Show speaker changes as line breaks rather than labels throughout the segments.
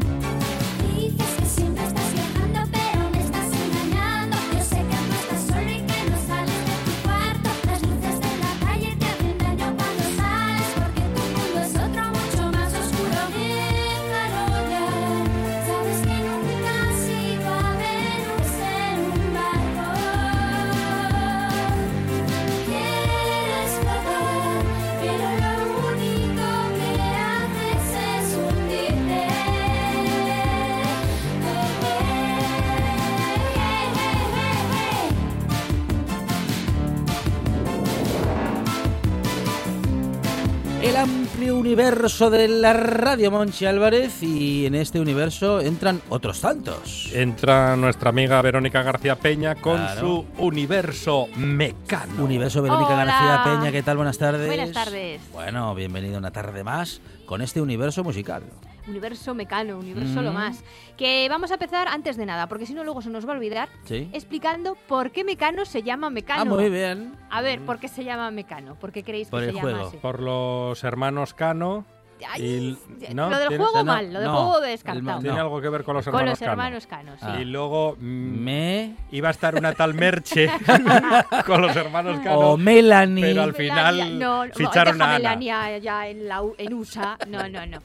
Dices que siempre estás viajando, pero me estás engañando. Yo sé que no estás solo y que no sales de tu cuarto. Las luces de la calle te hacen daño cuando sales, porque tu mundo es otro mucho más oscuro. Déjalo ya, sabes que nunca has ido a Venus en un barco. Quieres flotar, pero lo único que haces es hundirte.
El amplio universo de la radio Monchi Álvarez y en este universo entran otros tantos.
Eh. Entra nuestra amiga Verónica García Peña con
Claro.
su universo mecano.
Universo Verónica
Hola.
García Peña, ¿qué tal? Buenas tardes.
Buenas tardes.
Bueno, bienvenido una tarde más con este universo musical.
Universo mecano, universo lo
Mm.
más. Que vamos a empezar antes de nada, porque si no luego se nos va a olvidar,
¿Sí?
explicando por qué Mecano se llama Mecano.
Ah, muy bien.
A ver, ¿por qué se llama Mecano? ¿Por qué creéis que
Por
se
el
llama
juego.
así?
Por los hermanos Cano.
Ay,
y- no,
lo del
tiene-
juego
o sea, no,
mal, lo del
no,
juego
el
descartado.
Tiene
No.
algo que ver con los
Con
hermanos
los
Cano.
hermanos Canos.
Ah.
Y luego mm,
Me
iba a estar una tal Merche con los hermanos Cano.
o Melanie.
pero al final
no,
ficharon
deja
a Ana.
Melania ya en, la U- en USA. No, no, no.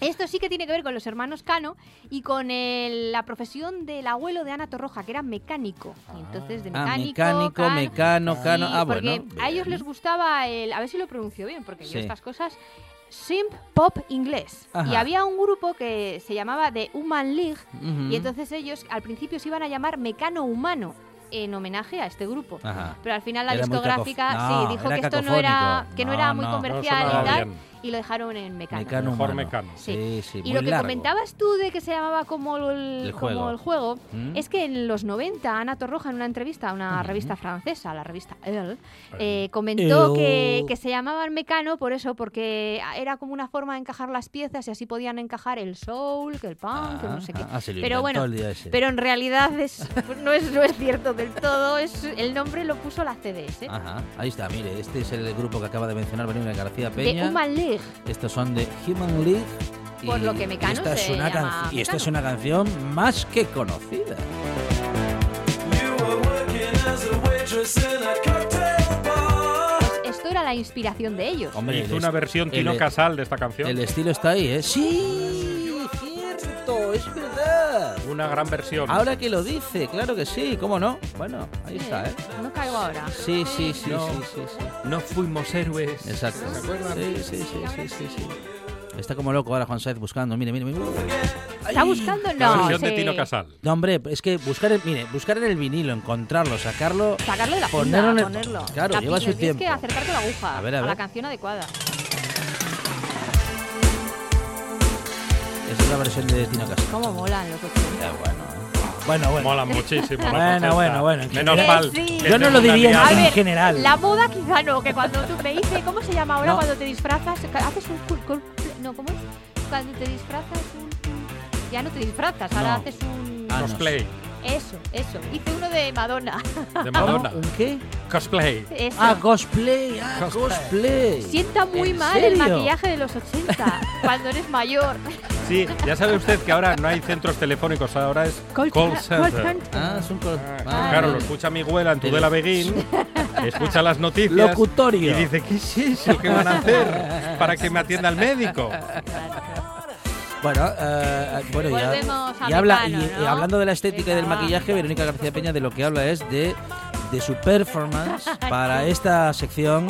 Esto sí que tiene que ver con los hermanos Cano y con el- la profesión del abuelo de Ana Torroja, que era mecánico. Y entonces de
Ah,
mecánico,
mecánico,
Cano-
mecano, cano.
Sí,
ah,
porque
bueno.
a ellos
bien.
les gustaba el, a ver si lo pronuncio bien, porque
Sí.
yo estas cosas, simp pop inglés. Y
Ajá.
había un grupo que se llamaba The Human League
Ujú.
y entonces ellos al principio se iban a llamar Mecano Humano en homenaje a este grupo.
Ajá.
Pero al final la
Ah. Era muy
discográfica
cacofo- no,
sí dijo
era
que esto no era
cacofónico.
que no,
No,
era muy
no,
No
comercial
sonaba
y tal
bien.
y lo dejaron en Mecano.
Mecano
Mejor
humano.
mecano.
Sí, sí,
Y
muy
lo que
largo.
comentabas tú de que se llamaba como el,
El
como
juego.
el juego,
¿Mm?
es que en los 90 Ana Torroja en una entrevista a una
Ujú.
revista francesa, la revista Elle, eh, comentó
Elle.
que, que se llamaban mecano por eso, porque era como una forma de encajar las piezas y así podían encajar el soul, que el punk, que no sé qué.
Ah, se lo
Pero
inventó
bueno,
el día ese.
Pero en realidad es, pues no, es, no es cierto del todo, es, el nombre lo puso la CDS.
Ajá, ahí está, mire, este es el grupo que acaba de mencionar Verónica García
De
Peña.
Human League.
Estos son de Human League. y-
Por lo que Mecano
y esta
se
es una
llama
canc- Y esta
Mecano.
es una canción más que conocida.
Esto era la inspiración de ellos.
Hombre,
Hizo
el
una
est-
versión Tino
el-
Casal de esta canción.
El estilo está ahí, ¿eh? Sí, cierto, es verdad.
una gran versión.
Ahora que lo dice, claro que sí, ¿cómo no? Bueno, ahí está, ¿eh?
No caigo ahora.
Sí, sí, sí,
No.
sí, sí, sí.
No fuimos héroes.
Exacto.
¿Se acuerdan?
Sí, sí, sí, sí, sí, sí. Está como loco ahora Juan Saez buscando, mire, mire, mire.
¿Está buscando?
La
No.
versión de
sí.
Tino Casal.
No, hombre, es que buscar, el- mire, buscar en el vinilo, encontrarlo, sacarlo,
Sacarlo de la funda,
Ponerlo en el-
ponerlo.
Claro,
La
lleva
pin-
su
tienes
tiempo.
que acercarte a la aguja,
A ver, a
a
ver.
la canción adecuada.
Esa es la versión de Tino Casal.
Cómo molan los 80.
Ya, bueno. Bueno, bueno.
Molan muchísimo. la
Bueno,
concerta.
bueno, bueno, en
Menos
general.
mal.
Sí.
que
Yo
no
tengo
lo
una
diría en
aliada.
A ver,
general.
La boda quizá no, que cuando tú me dices, ¿cómo se llama ahora
No.
cuando te disfrazas? Ca- Haces un cul- cul- no, ¿cómo es? Cuando te disfrazas un ya no te disfrazas, ahora
No.
haces un
Ah, no.
Cosplay.
eso, eso. Hice uno de Madonna.
¿Cómo?
De Madonna.
¿Un qué?
Cosplay.
Eso.
Ah, cosplay, ah, cosplay.
Sienta muy
¿En
mal el
serio?
maquillaje de los 80 cuando eres mayor.
Sí, ya sabe usted que ahora no hay centros telefónicos, ahora es call,
Call-
center.
call center.
Ah, es un col...
Ah,
ah,
claro,
vale.
lo escucha mi abuela en Tudela
Sí.
Beguín, escucha las noticias y
Locutorio.
dice, ¿qué es eso que van a hacer para que me atienda el médico?
Bueno, eh, bueno ya,
Volvemos a
y habla y,
Mecano,
y
¿no?
hablando de la estética y del
Venga, va.
maquillaje, Verónica García Peña de lo que habla es de de su performance para esta sección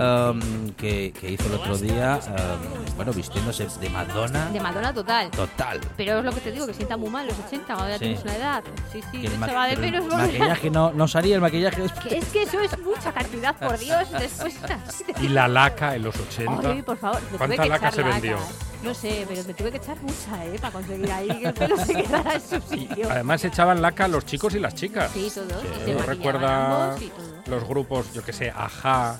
um, que, que hizo el otro día, um, bueno, vistiéndose de Madonna
De Madonna total.
total.
Pero es lo que te digo, que sienta muy mal los 80, ahora
Sí.
tienes una edad. Sí, sí,
Que el ma-
se va de
pero el
menos volver.
maquillaje no, no salía, el maquillaje es...
Que es que eso es mucha cantidad, por Dios, después así de-
Y la laca en los 80.
Ay, por favor, me tuve
¿Cuánta
que
laca
echar
se vendió?
lacas. No sé, pero me tuve que echar mucha, ¿eh? Para conseguir ahí que el pelo se quedara en su sitio.
Además echaban laca los chicos y las chicas.
Sí, todos. y se
¿No
maquillaban
recuerda
ambos y todo.
los grupos, yo que sé, Aja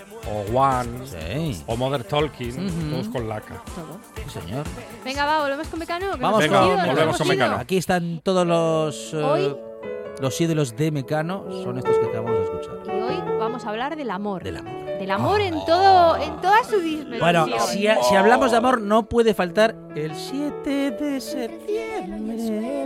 o One
Sí,
o Mother Talking,
Ujú.
todos con laca?
Todo.
sí, señor.
Venga, va, volvemos con Mecano. que nos
Vamos
Venga,
hemos ido, nos
volvemos
hemos
con
ido.
Mecano.
Aquí están todos los... eh,
Hoy-
los ídolos de Mecano, son estos que acabamos de escuchar.
Y hoy vamos a hablar del amor.
Del amor.
Del amor en todo, en toda su dimensión.
Bueno, si, ha- si hablamos de amor, no puede faltar el 7 de septiembre.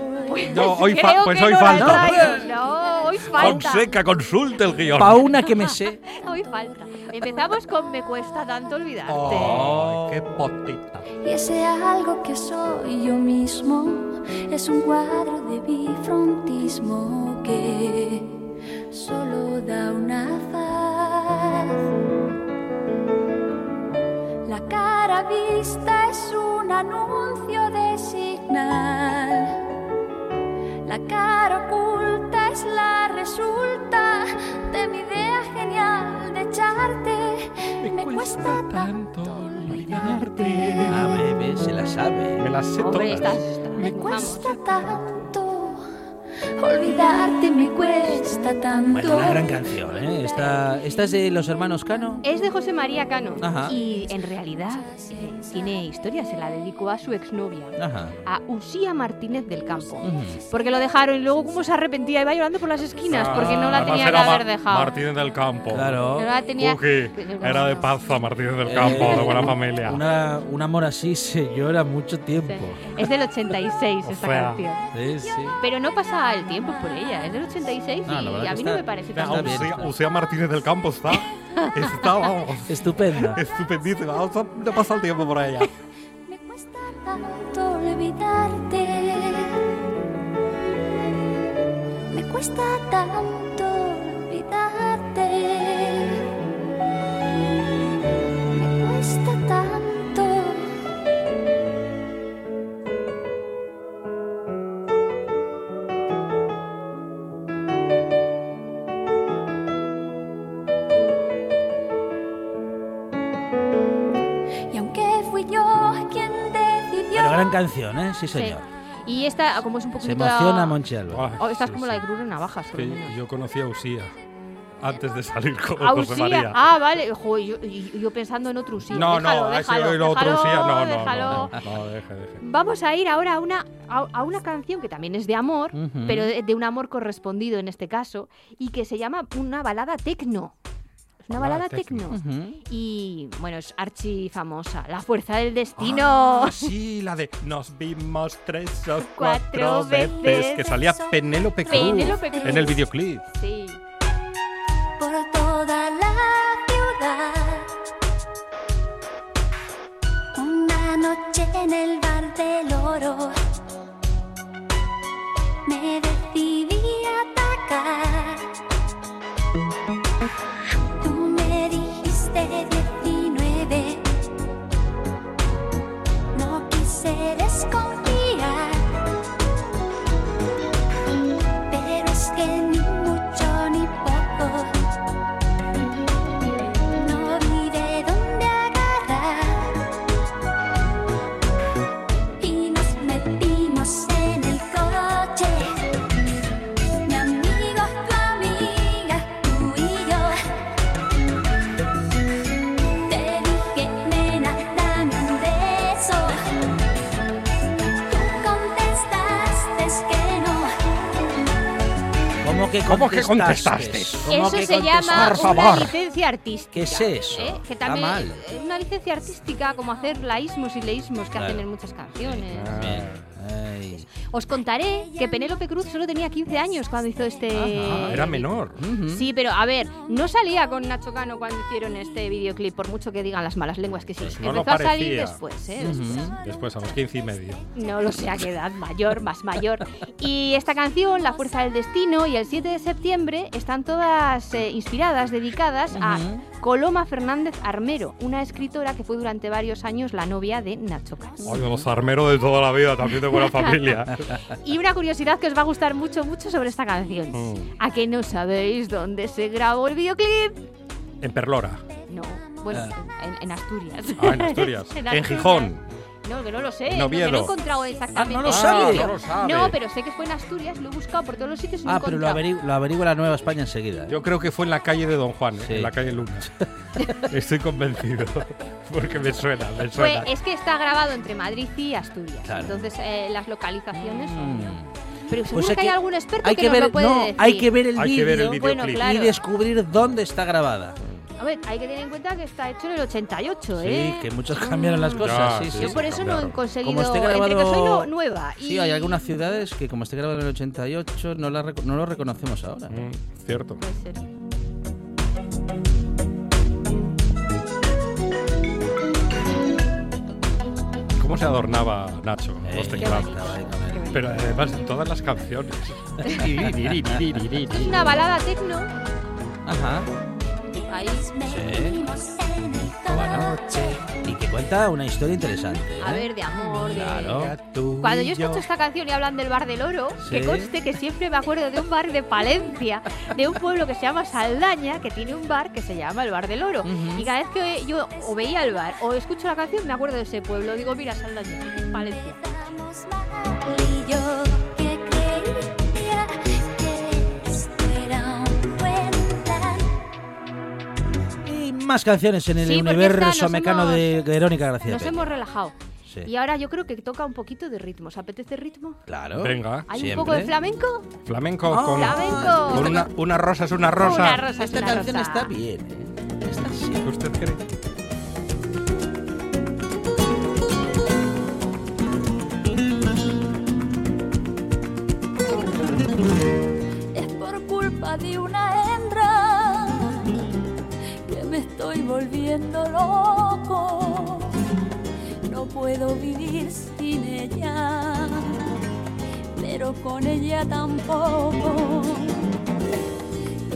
No, hoy fa-
Creo
pues
que
hoy
no la
falta.
traigo. No, hoy falta.
consulte el guión.
Pa' una que me sé.
Hoy falta. Empezamos con Me cuesta tanto olvidarte.
Ay, qué potita.
Y ese algo que soy yo mismo es un cuadro de bifrontismo que solo da una faz. La cara vista es un anuncio de señal. La cara oculta es la resulta de mi idea genial de echarte. Me cuesta tanto olvidarte.
Ah, bebé, se la
Me
sabe.
las sé
Hombre,
todas.
estás, estás-
Me
vamos.
cuesta tanto olvidarte, me cuesta tanto.
Bueno, una gran canción, ¿eh? Esta, esta es de los hermanos Cano.
Es de José María Cano
Ajá.
y en realidad eh, tiene historia, se la dedicó a su exnovia,
Ajá.
a Usía Martínez del Campo.
Ujú.
Porque lo dejaron y luego como se arrepentía, iba llorando por las esquinas porque no la
Además
tenía que
era Ma-
haber dejado.
Martínez del Campo.
No
Claro.
la tenía...
Cookie, era de Paza, Martínez del Campo, de
Eh.
buena familia.
Una, un amor así se llora mucho tiempo.
Es del 86
O
esta
sea.
canción.
Sí, sí.
Pero no pasa el tiempo por ella, es del 86
Ah, la
y
verdad
a
que
mí no
está-
me parece
Mira,
tan
está bien.
Usía, Usía Martínez del Campo está. Está, vamos.
Estupenda.
Estupendísima. Vamos a- No pasa el tiempo por allá.
Me cuesta tanto olvidarte. Me cuesta tanto olvidarte. Me cuesta tanto. Y aunque fui yo quien decidió.
Pero gran canción, ¿eh? Sí, señor.
Y esta, como es un
Se
poquito...
emociona Monchi Álvarez.
Oh, esta es
Sí,
como
sí.
la de Cruz de Navajas, por lo menos.
Que yo conocí a Usía antes de salir con
Ah,
José
Usía.
María.
Ah, vale. Jo, yo, yo- yo pensando en otro Usía.
no,
déjalo,
no, ese
déjalo,
era otro
déjalo,
Usía. No, no,
déjalo.
no, no. No, deje, deje.
Vamos a ir ahora a una, a, a una canción que también es de amor,
Ujú.
pero de, de un amor correspondido en este caso, y que se llama una balada tecno. Es una
Balada
balada
tecno.
tecno.
Ujú.
Y bueno, es archi famosa. La fuerza del destino.
Ah, sí, la de nos vimos tres o
Cuatro
cuatro
veces.
veces. Que salía Penélope Cruz
Penélope Cruz.
en el videoclip.
Sí.
por toda la ciudad. Una noche en el bar del oro me decidí a atacar. Tú me dijiste 19, no quise desconfiar. Pero es que ni mucho ni poco No vi de dónde agarrar Y nos metimos en el coche Mi amigo, tu amiga, tú y yo Te dije, nena, dame un beso Tú contestaste es que no
¿Cómo que
¿Cómo que
contestaste?
contestaste?
¿Cómo
Eso
que
se llama
contestaste?
una licencia artística.
¿Qué es eso?
¿eh? Que
Está
también
mal.
es una licencia artística como hacer laísmos y leísmos que
Claro.
hacen en muchas canciones.
Ah.
Bien. Ay, Ey.
Os contaré que Penélope Cruz solo tenía 15 años cuando hizo este.
Ah, era menor.
Ujú.
Sí, pero a ver, no salía con Nacho Cano cuando hicieron este videoclip, por mucho que digan las malas lenguas que sí.
Pues no lo
Empezó a salir
parecía.
después, ¿eh?
Después, a los 15 y medio.
No lo sé a qué edad, mayor, más mayor. Y esta canción, La Fuerza del Destino y el 7 de septiembre, están todas eh, inspiradas, dedicadas a Coloma Fernández Armero, una escritora que fue durante varios años la novia de Nacho Cano.
Ay, de los armeros de toda la vida, también de buena familia.
Y una curiosidad que os va a gustar mucho, mucho sobre esta canción.
Mm.
¿A que no sabéis dónde se grabó el videoclip?
En Perlora.
No. Bueno, en, en Asturias.
Ah, en Asturias. en Gijón.
No, que no lo sé.
En
no, que no
Oviedo.
he encontrado exactamente.
Ah, no lo
el
sabe.
sitio.
No lo sabe.
No, pero sé que fue en Asturias, lo he buscado por todos los sitios y no he
Ah, pero lo,
encontrado.
averigu- lo averigua la Nueva España enseguida. ¿eh?
Yo creo que fue en la calle de Don Juan, ¿eh?
Sí.
en la calle Luna. Estoy convencido. Porque me suena, me
Fue-
suena.
es que está grabado entre Madrid y Asturias.
Claro.
Entonces, eh, las localizaciones son-
Mm.
Pero seguro
hay
que hay
que-
algún experto
Hay
que,
que
nos
ver,
lo puede
no,
decir.
hay que ver el
Hay que ver el
vídeo
Bueno,
videoclip.
claro.
y descubrir dónde está grabada.
A ver, hay que tener en cuenta que está hecho en el 88, ¿eh?
Sí, que muchos cambiaron las
Mm.
cosas.
Ya,
sí, sí,
Yo
sí,
por eso no
cambiaron.
he conseguido.
Como esté
Entre que soy
grabado-
no- nueva. Y...
Sí, hay algunas ciudades que como esté grabado en el 88 no, la reco- no lo reconocemos ahora.
Mm, cierto.
Puede ser.
¿Cómo se adornaba Nacho con los
Eh,
teclados?
estaba ahí con él.
Pero además en todas las canciones.
Es una balada tecno.
Ajá.
Ahí.
Y que cuenta una historia interesante.
A
¿eh?
ver, de amor. de-
Claro.
Cuando yo escucho esta canción y hablan del bar del oro, que
Sí.
conste que siempre me acuerdo de un bar de Palencia, de un pueblo que se llama Saldaña, que tiene un bar que se llama el Bar del Oro.
Ujú.
Y cada vez que yo o veía el bar o escucho la canción, me acuerdo de ese pueblo. Digo, mira, Saldaña, Palencia.
Y yo que creía que esto era un cuento.
Y más canciones en el
Sí, porque esta
universo
nos
mecano
hemos-
de Verónica García.
Nos
Pérez.
hemos relajado.
Sí.
Y ahora yo creo que toca un poquito de ritmo. ¿Os apetece ritmo?
Claro.
Venga.
¿Hay
Siempre.
un poco de flamenco?
Flamenco
Ah,
con,
flamenco.
con una, una rosa es una rosa.
Una rosa es
Esta
una
canción
rosa.
está bien. ¿eh? Esta sí.
¿Usted cree?
es por culpa de una hembra que me estoy volviendo loco. No puedo vivir sin ella, pero con ella tampoco.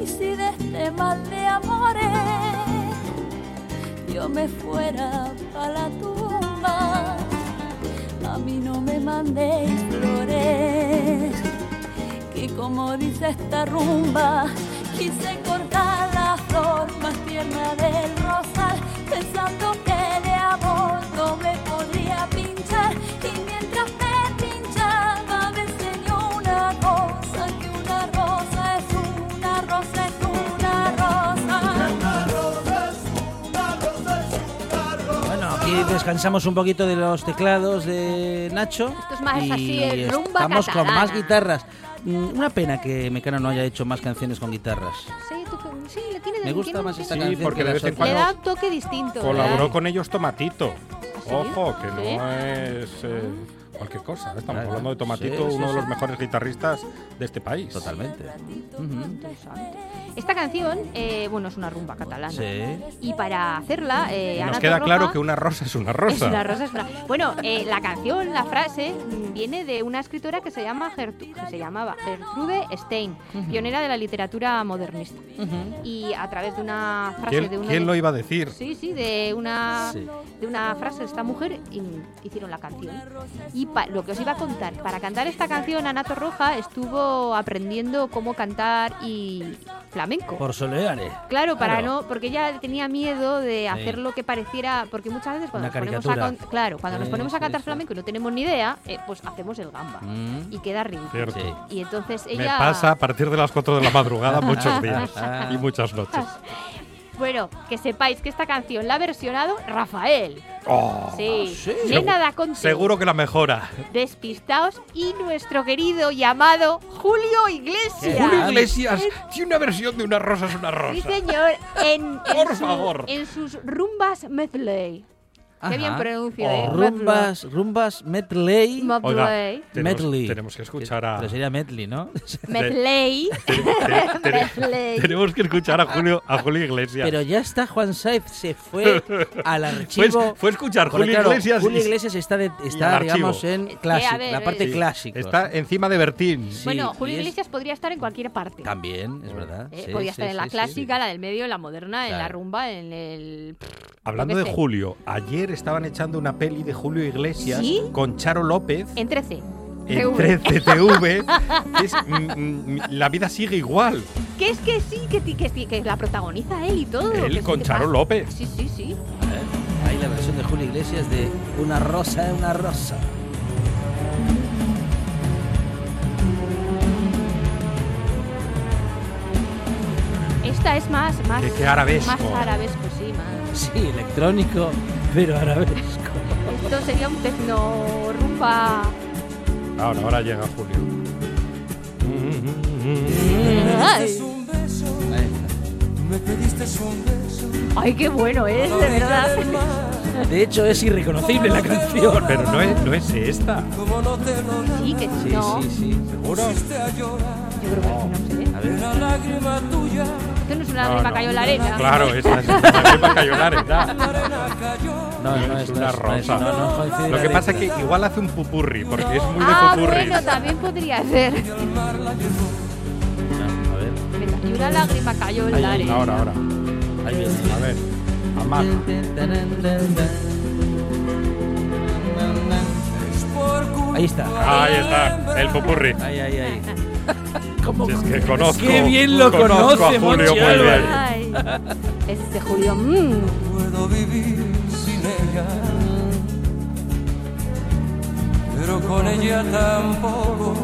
Y si de este mal de amores yo me fuera a la tumba, a mí no me mandéis flores que como dice esta rumba, quise cortar la flor más tierna del rosal, pensando que de amor no me podría pinchar. Y mientras me pinchaba me enseñó una cosa, que una rosa es una rosa, es una rosa.
Bueno, aquí descansamos un poquito de los teclados de Nacho.
Esto es más
y
así, el rumba
Estamos con
catalana.
más guitarras. Mm, Una pena que Mecano no haya hecho más canciones con guitarras.
Sí, tú que- sí, le tiene
Me gusta más esta
esta
Sí,
canción.
porque
que
de
las
vez en
otras.
Le
cuando-
da un toque distinto.
Colaboró
¿verdad?
con ellos Tomatito.
¿Ah, sí?
Ojo, que
¿Sí? Ah.
no es eh, cualquier cosa. ¿eh? Estamos
Claro.
hablando de
Sí,
Tomatito,
sí,
uno de
sí.
los mejores guitarristas de este país.
Totalmente.
Esta canción, eh, bueno, es una rumba catalana.
Sí.
Y para hacerla, eh,
Nos
Ana
queda
Torroja-
claro que una rosa es una rosa.
Es una rosa, es una- Bueno, eh, la canción, la frase, mm, viene de una escritora que se, llama Gertru- que se llamaba Gertrude Stein, pionera de la literatura modernista. Y a través de una frase
¿Quién,
de una.
quién lo iba a decir?
Sí, sí, de una,
Sí.
de una frase de esta mujer y hicieron la canción. Y pa- lo que os iba a contar, para cantar esta canción, Anato Roja estuvo aprendiendo cómo cantar y flamenco.
Por Soleare.
Claro, para
Claro.
no, porque ella tenía miedo de hacer lo que pareciera, porque muchas veces cuando
Una
nos ponemos a
caricatura.
can- claro, cuando nos
Sí,
ponemos a
sí,
cantar
sí.
flamenco y no tenemos ni idea, eh, pues hacemos el gamba
Mm.
y queda ridículo.
Cierto.
Sí.
Y entonces ella
Me pasa a partir de las 4 de la madrugada muchos días
Ah,
y muchas noches.
Bueno, que sepáis que esta canción la ha versionado Rafael.
Oh,
Sí.
sí.
De
Segu-
nada con
seguro que la mejora.
Despistaos y nuestro querido llamado Julio Iglesias.
Julio Iglesias tiene una versión de una rosa es una
Sí,
rosa.
señor. En, en
Por
su-
favor.
En sus rumbas medley. Qué bien
Ajá. Oh.
pronuncio,
O
¿eh?
Rumbas, rumbas medley.
Mobley.
tenemos,
medley.
tenemos que escuchar a...
Pero sería medley, ¿no?
Medley. Medley.
Tenemos que escuchar a Julio, a Julio Iglesias.
Pero ya está, Juan Saez se fue al
fue,
archivo.
fue escuchar
Porque,
Julio
claro,
Iglesias. y-
Julio Iglesias está, de- está
al
digamos,
archivo.
en
que, a
clásico,
ver, eh,
la parte
es-
clásica.
Está encima de Bertín.
Sí,
Bueno,
y
Julio
es-
Iglesias podría estar en cualquier parte.
También, es verdad.
Eh,
sí,
podría
sí,
estar en
sí,
la
sí,
clásica, la del medio, en la moderna, en la
Claro.
rumba, en el.
Hablando
Yo
de
qué sé.
Julio, ayer estaban echando una peli de Julio Iglesias
¿Sí?
con Charo López
E
En 13.
en
TV.
13TV. que es, mm, mm, la vida sigue igual.
Que es que sí, que, ti- que, sí, que la protagoniza él y todo. que
Él
sí,
con
que
Charo
pasa.
López.
Sí, sí, sí.
A ver, Ahí la versión de Julio Iglesias de Una rosa es una rosa.
Esta es más. más
Qué- qué arabesco.
Más arabesco, sí, más.
Sí, electrónico, pero arabesco.
Esto sería un tecno rumba.
Ahora, ahora llega Julio.
Ay,
Ahí está.
ay, qué bueno es, de verdad.
De hecho, es irreconocible la canción.
Pero no es, no es esta.
Sí, que
Sí,
no.
sí, sí. ¿Seguro?
Yo creo que no sé.
A ver.
¿eh? Esto no es una
No,
lágrima
no.
cayó en la arena.
Claro, esta es la misma Cayolares.
No,
Es
no es
una
no es- no es-
rosa.
no, no coincide
Lo
la
que pasa es
letra.
que igual hace un pupurri, porque es muy de
Ah,
pupurri.
bueno, también podría ser.
No, a ver.
Venga, y una lágrima cayó en la arena.
Ahora, ahora.
Ahí viene.
A ver, a más.
Ahí está.
Ahí está, el pupurri.
Ahí, ahí, ahí. ¿Cómo?
Es que conozco.
Qué bien lo
conozco
conoce,
a Julio
Monchi
muy bien.
Álvarez.
Ay, este Julio. mm.
puedo vivir sin ella, pero con ella tampoco.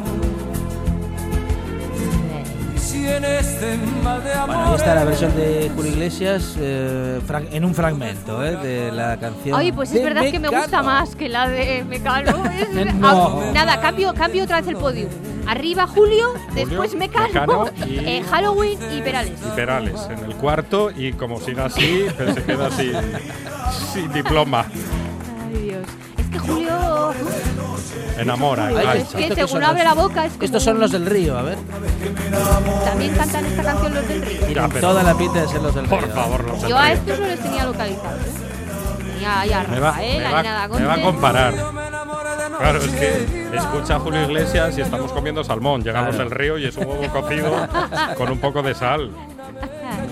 Y si en este mal de amor
Bueno, ahí está la versión de Julio Iglesias eh, fran- en un fragmento eh, de la canción.
Ay, pues es
de
verdad que me gusta
Mecano.
más que la de Mecano. Es-
No.
Ah, Nada, cambio, cambio otra vez el podio. Arriba Julio, después Mecano,
Mecano y-
eh, Halloween y Perales.
Y Perales en el cuarto y como siga así, pues se queda así sin diploma.
Ay, Dios. Es que Julio.
Enamora.
Ay,
engancha.
es que
¿esto qué
según
son
abre la
los-
boca es como
Estos son
un-
los del río, a ver.
También cantan esta canción los del río.
Ya,
Tienen
pero-
toda la pinta de ser los del río.
Por favor, no se
Yo a
ríe.
estos no les tenía localizados. ¿eh? Ni a, y a
me va,
Rafael,
me
a
va-
nada
me va a
Conte.
comparar.
me enamoré de noche.
Claro, es que escucha a Julio Iglesias y estamos comiendo salmón. Llegamos
Claro.
del río y es un huevo cocido con un poco de sal.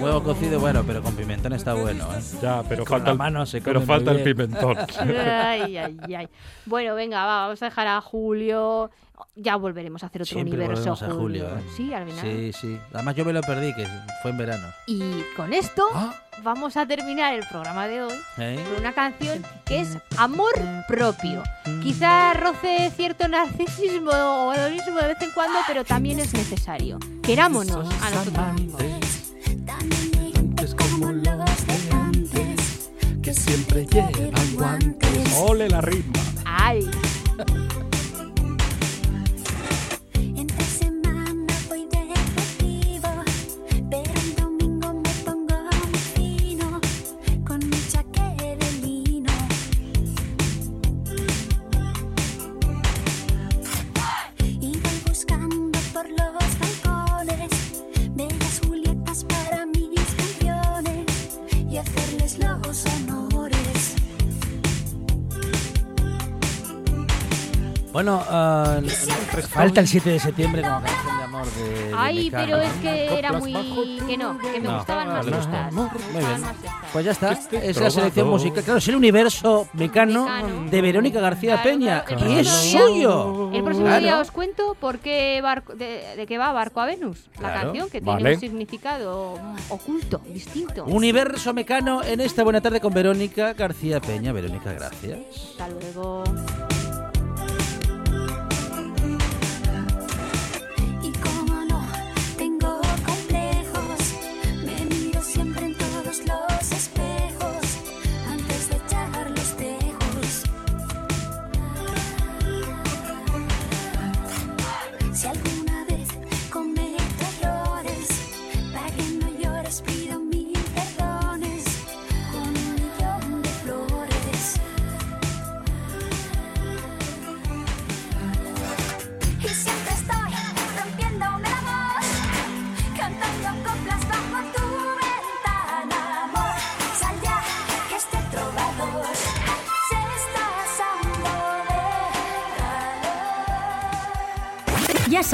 Huevo cocido, bueno, pero con pimentón está bueno. ¿eh?
Ya, pero
Con
falta,
la mano se
el, pero
come
falta
muy
el
bien.
pimentón.
Ay, ay, ay. Bueno, venga, va, vamos a dejar a Julio. Ya volveremos a hacer otro
Siempre
universo.
volvemos a Julio. ¿eh?
Sí, al final.
Sí, sí. Además yo me lo perdí, que fue en verano.
Y con esto
Ah.
vamos a terminar el programa de hoy
¿Eh?
con una canción que es Amor Propio. Quizá roce cierto narcisismo o hedonismo de vez en cuando, pero también es necesario. Querámonos a nosotros mismos.
como lobos de antes, que siempre llevan guantes.
Ole la ritma.
Ay,
Entre semana voy de deportivo, pero el domingo me pongo muy fino con mi chaqué de lino. Y voy buscando por los balcones bellas julietas para mis canciones y hacerles los honores.
Bueno, ah, falta el 7 de septiembre como canción de amor de... de
ay,
Mecano.
pero es que era muy. que no, que me
No,
gustaban
no
más
le gustó.
estas.
Muy
Me
bien.
gustaban más estas.
Pues ya está, es la
trovador.
selección musical. Claro, es el universo mecano
Mecano.
de Verónica García
Claro,
Peña.
claro,
Y es
claro.
suyo.
El próximo
Claro.
día os cuento por qué barco- de, de qué va Barco a Venus, la
Claro,
canción que
vale.
tiene un significado mm, oculto, distinto.
Universo mecano en esta buena tarde con Verónica García Peña. Verónica, gracias.
Hasta luego.
Y como no tengo complejos, me miro siempre en todos los espejos antes de echar los tejos. Si alguna vez cometo errores, para que no llores, pido mil perdones con un millón de flores.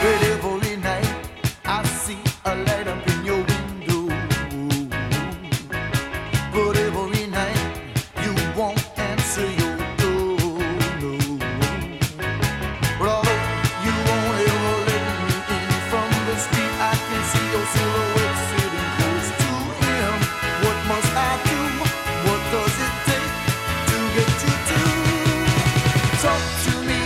Pretty holy night, I see a light up in your window. But every night, you won't answer your door. No. Brother, you won't ever let me in from the street. I can see your silhouette sitting close to him. What must I do? What does it take to get you to talk to me?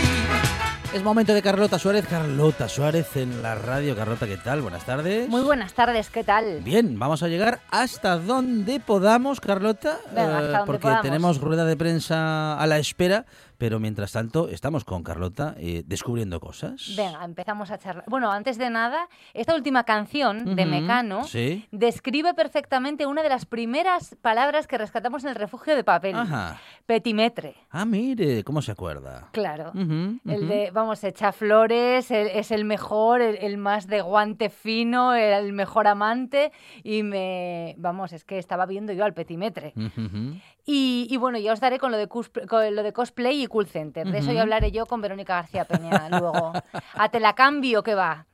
Es momento de Carlota Suárez. Carlota Suárez en la radio. Carlota, ¿qué tal? Buenas tardes.
Muy buenas tardes, ¿qué tal?
Bien, vamos a llegar hasta donde podamos, Carlota,
Venga, hasta
eh,
donde
porque
podamos.
tenemos rueda de prensa a la espera, pero mientras tanto estamos con Carlota eh, descubriendo cosas.
Venga, empezamos a charlar. Bueno, antes de nada, esta última canción de
Ujú,
Mecano
sí.
describe perfectamente una de las primeras palabras que rescatamos en el refugio de papel.
Ajá.
Petimetre.
Ah, mire, ¿cómo se acuerda?
Claro.
Ujú,
El
ujú.
de, vamos, echa flores, el- es el mejor, el, el más de guante fino, el, mejor amante. Y me, vamos, es que estaba viendo yo al petimetre.
Ujú, ujú.
Y, y bueno, ya os daré con lo de, cusp- con lo de cosplay y cool center. De eso ya
Ujú.
hablaré yo con Verónica García Peña luego. A te la cambio que va.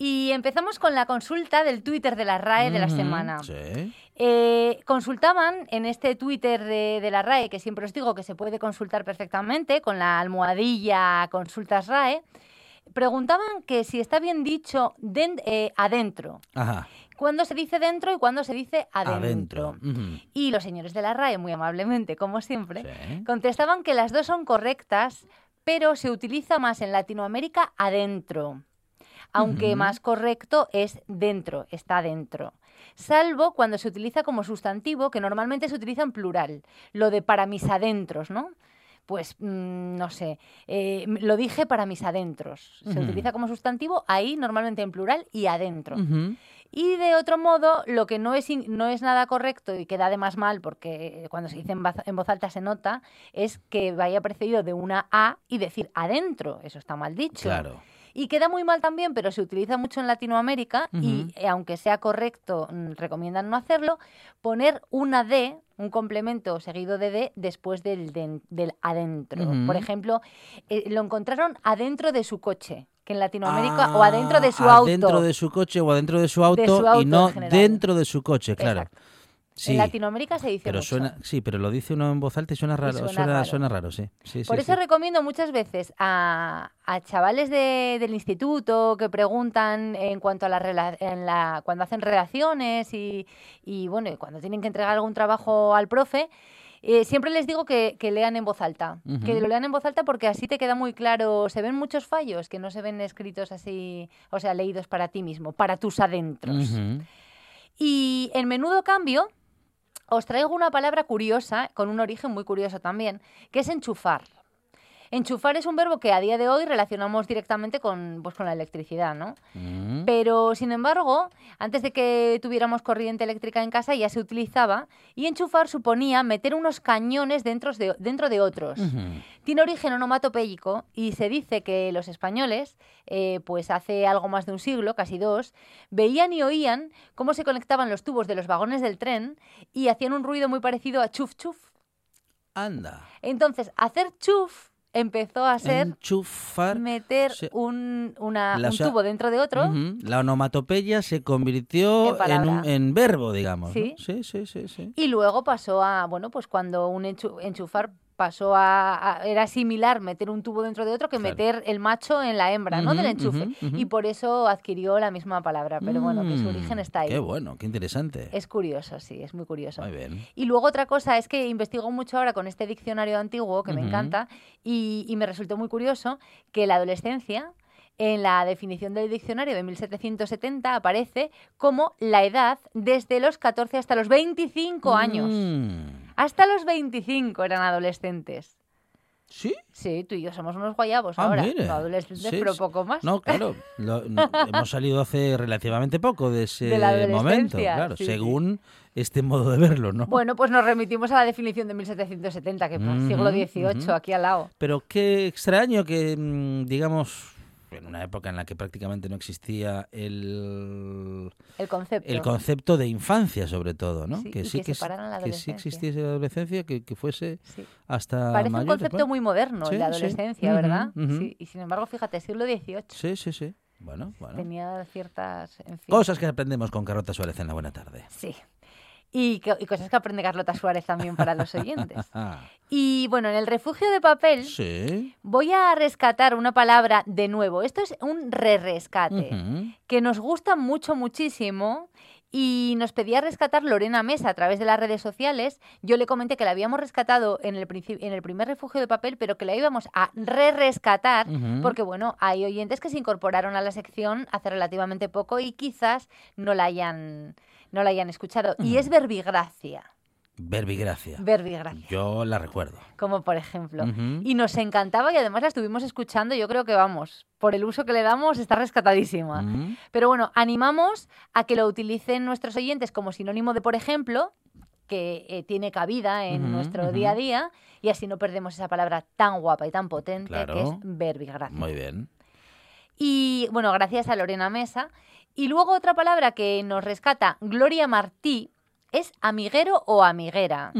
Y empezamos con la consulta del Twitter de la RAE de la
Ujú,
semana.
Sí.
Eh, consultaban en este Twitter de, de la RAE, que siempre os digo que se puede consultar perfectamente con la almohadilla Consultas RAE, preguntaban que si está bien dicho den- eh, adentro.
Ajá.
¿Cuándo se dice dentro y cuándo se dice adentro?
Ujú,
Y los señores de la RAE, muy amablemente, como siempre,
sí.
contestaban que las dos son correctas, pero se utiliza más en Latinoamérica adentro. Aunque
Ujú.
más correcto es dentro, está dentro. Salvo cuando se utiliza como sustantivo, que normalmente se utiliza en plural. Lo de para mis adentros, ¿no? Pues mm, no sé, eh, m- lo dije para mis adentros. Se
Ujú.
utiliza como sustantivo ahí, normalmente en plural y adentro.
Ujú.
Y de otro modo, lo que no es, in- no es nada correcto y queda además mal, porque eh, cuando se dice en, baz- en voz alta se nota, es que vaya precedido de una A y decir adentro. Eso está mal dicho.
Claro.
Y queda muy mal también, pero se utiliza mucho en Latinoamérica y eh, aunque sea correcto, mm, recomiendan no hacerlo, poner una D, un complemento seguido de D, después del, den- del adentro. Por
Ujú.
ejemplo, eh, lo encontraron adentro de su coche, que en Latinoamérica,
Ah,
o adentro de su
Adentro
auto.
de su coche o adentro de su auto,
auto
y
en
no
general.
dentro de su coche, claro.
Exacto.
Sí.
En Latinoamérica se dice
Pero
mucho.
suena, sí, pero lo dice uno en voz alta y suena raro,
suena
suena, suena
raro.
raro, sí. sí,
Por
sí,
eso
sí.
recomiendo muchas veces a, a chavales de- del instituto que preguntan en cuanto a la, rela- en la cuando hacen relaciones y, y, bueno, y cuando tienen que entregar algún trabajo al profe, eh, siempre les digo que, que lean en voz alta, que
Ujú.
lo lean en voz alta porque así te queda muy claro, se ven muchos fallos que no se ven escritos así, o sea, leídos para ti mismo, para tus adentros.
Ujú.
Y en menudo cambio, os traigo una palabra curiosa, con un origen muy curioso también, que es enchufar. Enchufar es un verbo que a día de hoy relacionamos directamente con, pues, con la electricidad, ¿no?
Mm.
Pero, sin embargo, antes de que tuviéramos corriente eléctrica en casa ya se utilizaba y enchufar suponía meter unos cañones dentro de, dentro de otros.
Ujú.
Tiene origen onomatopéyico y se dice que los españoles, eh, pues hace algo más de un siglo, casi dos, veían y oían cómo se conectaban los tubos de los vagones del tren y hacían un ruido muy parecido a chuf chuf.
Anda.
Entonces, hacer chuf empezó a ser
Enchufar.
meter
se-
un, una-
La
un
sa-
tubo dentro de otro.
Ujú. La onomatopeya se convirtió
En
en, un-
palabra.
en verbo, digamos. ¿no?
Sí.
Sí, sí, sí, sí.
Y luego pasó a, bueno, pues cuando un enchu- enchufar pasó a, a- Era similar meter un tubo dentro de otro que
Claro.
meter el macho en la hembra, ¿no? Del
Ujú,
enchufe.
ujú, ujú.
Y por eso adquirió la misma palabra. Pero bueno, que su
Mm,
origen está ahí.
Qué bueno, qué interesante.
Es curioso, sí, es muy curioso.
Muy bien.
Y luego otra cosa es que investigo mucho ahora con este diccionario antiguo que me
Ujú.
encanta y, y me resultó muy curioso que la adolescencia en la definición del diccionario de 1770 aparece como la edad desde los 14 hasta los 25 años.
Mm.
Hasta los 25 eran adolescentes.
¿Sí?
Sí, tú y yo somos unos guayabos
Ah,
Pues ahora.
mira.
No adolescentes,
Sí,
pero
sí.
poco más.
No, claro. lo- no, hemos salido hace relativamente poco de ese
De la
momento,
adolescencia,
claro,
sí, sí.
según este modo de verlo, ¿no?
Bueno, pues nos remitimos a la definición de 1770, que es
Ujú,
siglo XVIII,
ujú.
aquí al lado.
Pero qué extraño que, mm, digamos, en una época en la que prácticamente no existía el,
El concepto.
el concepto de infancia, sobre todo, ¿no?
Sí, y que
es-
separaran la
que sí
adolescencia.
existiese la adolescencia, que, que fuese
Sí.
hasta
Parece un
mayores,
concepto
bueno.
muy moderno,
Sí,
el de
sí.
adolescencia,
Ujú,
¿verdad?
ujú.
Sí, Y sin embargo, fíjate, siglo XVIII
Sí, sí, sí. Bueno, bueno.
tenía ciertas... en fin.
Cosas que aprendemos con Carlota Suárez en la buena tarde.
Sí. Y, co- y cosas que aprende Carlota Suárez también para los oyentes.
Ah,
Y bueno, en el refugio de papel
sí.
voy a rescatar una palabra de nuevo. Esto es un re-rescate.
Ujú.
que nos gusta mucho, muchísimo. Y nos pedía rescatar Lorena Mesa a través de las redes sociales. Yo le comenté que la habíamos rescatado en el, princi- en el primer refugio de papel, pero que la íbamos a re-rescatar,
Ujú.
porque bueno, hay oyentes que se incorporaron a la sección hace relativamente poco y quizás no la hayan, no la hayan escuchado. Y es verbigracia.
Verbigracia.
Verbigracia.
Yo la recuerdo.
Como por ejemplo.
Ujú.
Y nos encantaba y además la estuvimos escuchando. Yo creo que vamos, por el uso que le damos, está rescatadísima.
Mm.
Pero bueno, animamos a que lo utilicen nuestros oyentes como sinónimo de, por ejemplo, que eh, tiene cabida en
Ujú,
nuestro
ujú.
día a día y así no perdemos esa palabra tan guapa y tan potente que es
Claro.
verbigracia.
Muy bien.
Y bueno, gracias a Lorena Mesa. Y luego otra palabra que nos rescata Gloria Martí es amiguero o amiguera.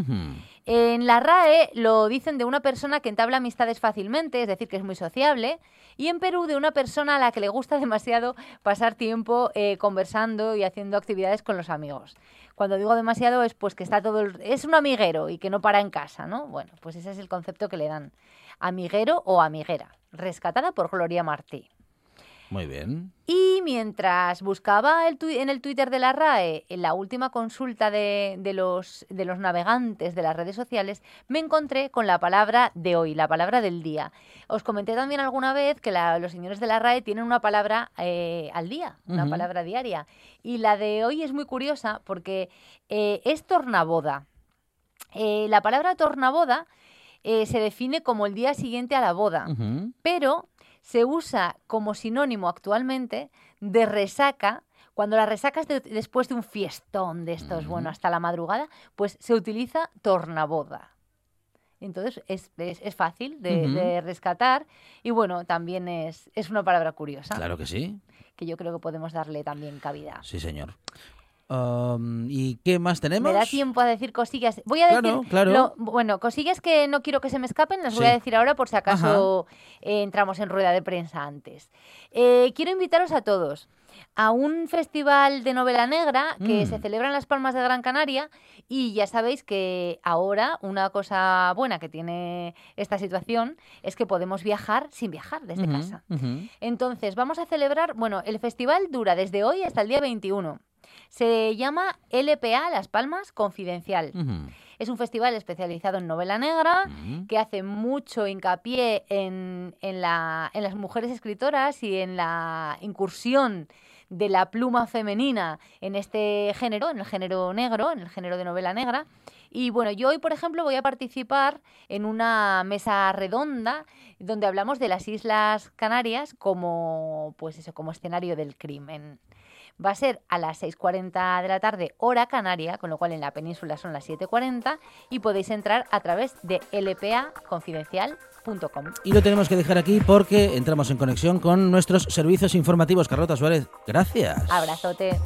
En la RAE lo dicen de una persona que entabla amistades fácilmente, es decir, que es muy sociable, y en Perú de una persona a la que le gusta demasiado pasar tiempo eh, conversando y haciendo actividades con los amigos. Cuando digo demasiado es pues que está todo el- es un amiguero y que no para en casa, ¿no? Bueno, pues ese es el concepto que le dan. Amiguero o amiguera, rescatada por Gloria Martí.
Muy bien.
Y mientras buscaba el tui- en el Twitter de la RAE en la última consulta de, de los, de los navegantes de las redes sociales, me encontré con la palabra de hoy, la palabra del día. Os comenté también alguna vez que la- los señores de la RAE tienen una palabra eh, al día, una
Ujú.
palabra diaria. Y la de hoy es muy curiosa porque eh, es tornaboda. Eh, la palabra tornaboda eh, se define como el día siguiente a la boda
Ujú.
pero se usa como sinónimo actualmente de resaca. Cuando la resaca es de- después de un fiestón de estos, bueno, hasta la madrugada, pues se utiliza tornaboda. Entonces es, es- es fácil de,
Ujú.
de rescatar y bueno, también es, es una palabra curiosa
Claro que sí.
que yo creo que podemos darle también cabida.
Sí, señor. Um, ¿Y qué más tenemos?
Me da tiempo a decir cosillas. Voy a
Claro,
decir,
claro.
lo- bueno, cosillas que no quiero que se me escapen, las voy a
Sí.
decir ahora por si acaso eh, entramos en rueda de prensa antes. Eh, quiero invitaros a todos a un festival de novela negra que
Mm.
se celebra en Las Palmas de Gran Canaria y ya sabéis que ahora una cosa buena que tiene esta situación es que podemos viajar sin viajar desde
Ujú,
este casa.
ujú.
Entonces, vamos a celebrar, bueno, el festival dura desde hoy hasta el día 21. Se llama LPA Las Palmas Confidencial. Es un festival especializado en novela negra que hace mucho hincapié en, en la- en las mujeres escritoras y en la incursión de la pluma femenina en este género, en el género negro, en el género de novela negra. Y bueno, yo hoy, por ejemplo, voy a participar en una mesa redonda donde hablamos de las Islas Canarias como, pues eso, como escenario del crimen. Va a ser a las 6.40 de la tarde, hora canaria, con lo cual en la península son las 7.40 y podéis entrar a través de lpaconfidencial.com.
Y lo tenemos que dejar aquí porque entramos en conexión con nuestros servicios informativos. Carlota Suárez, gracias.
Abrazote.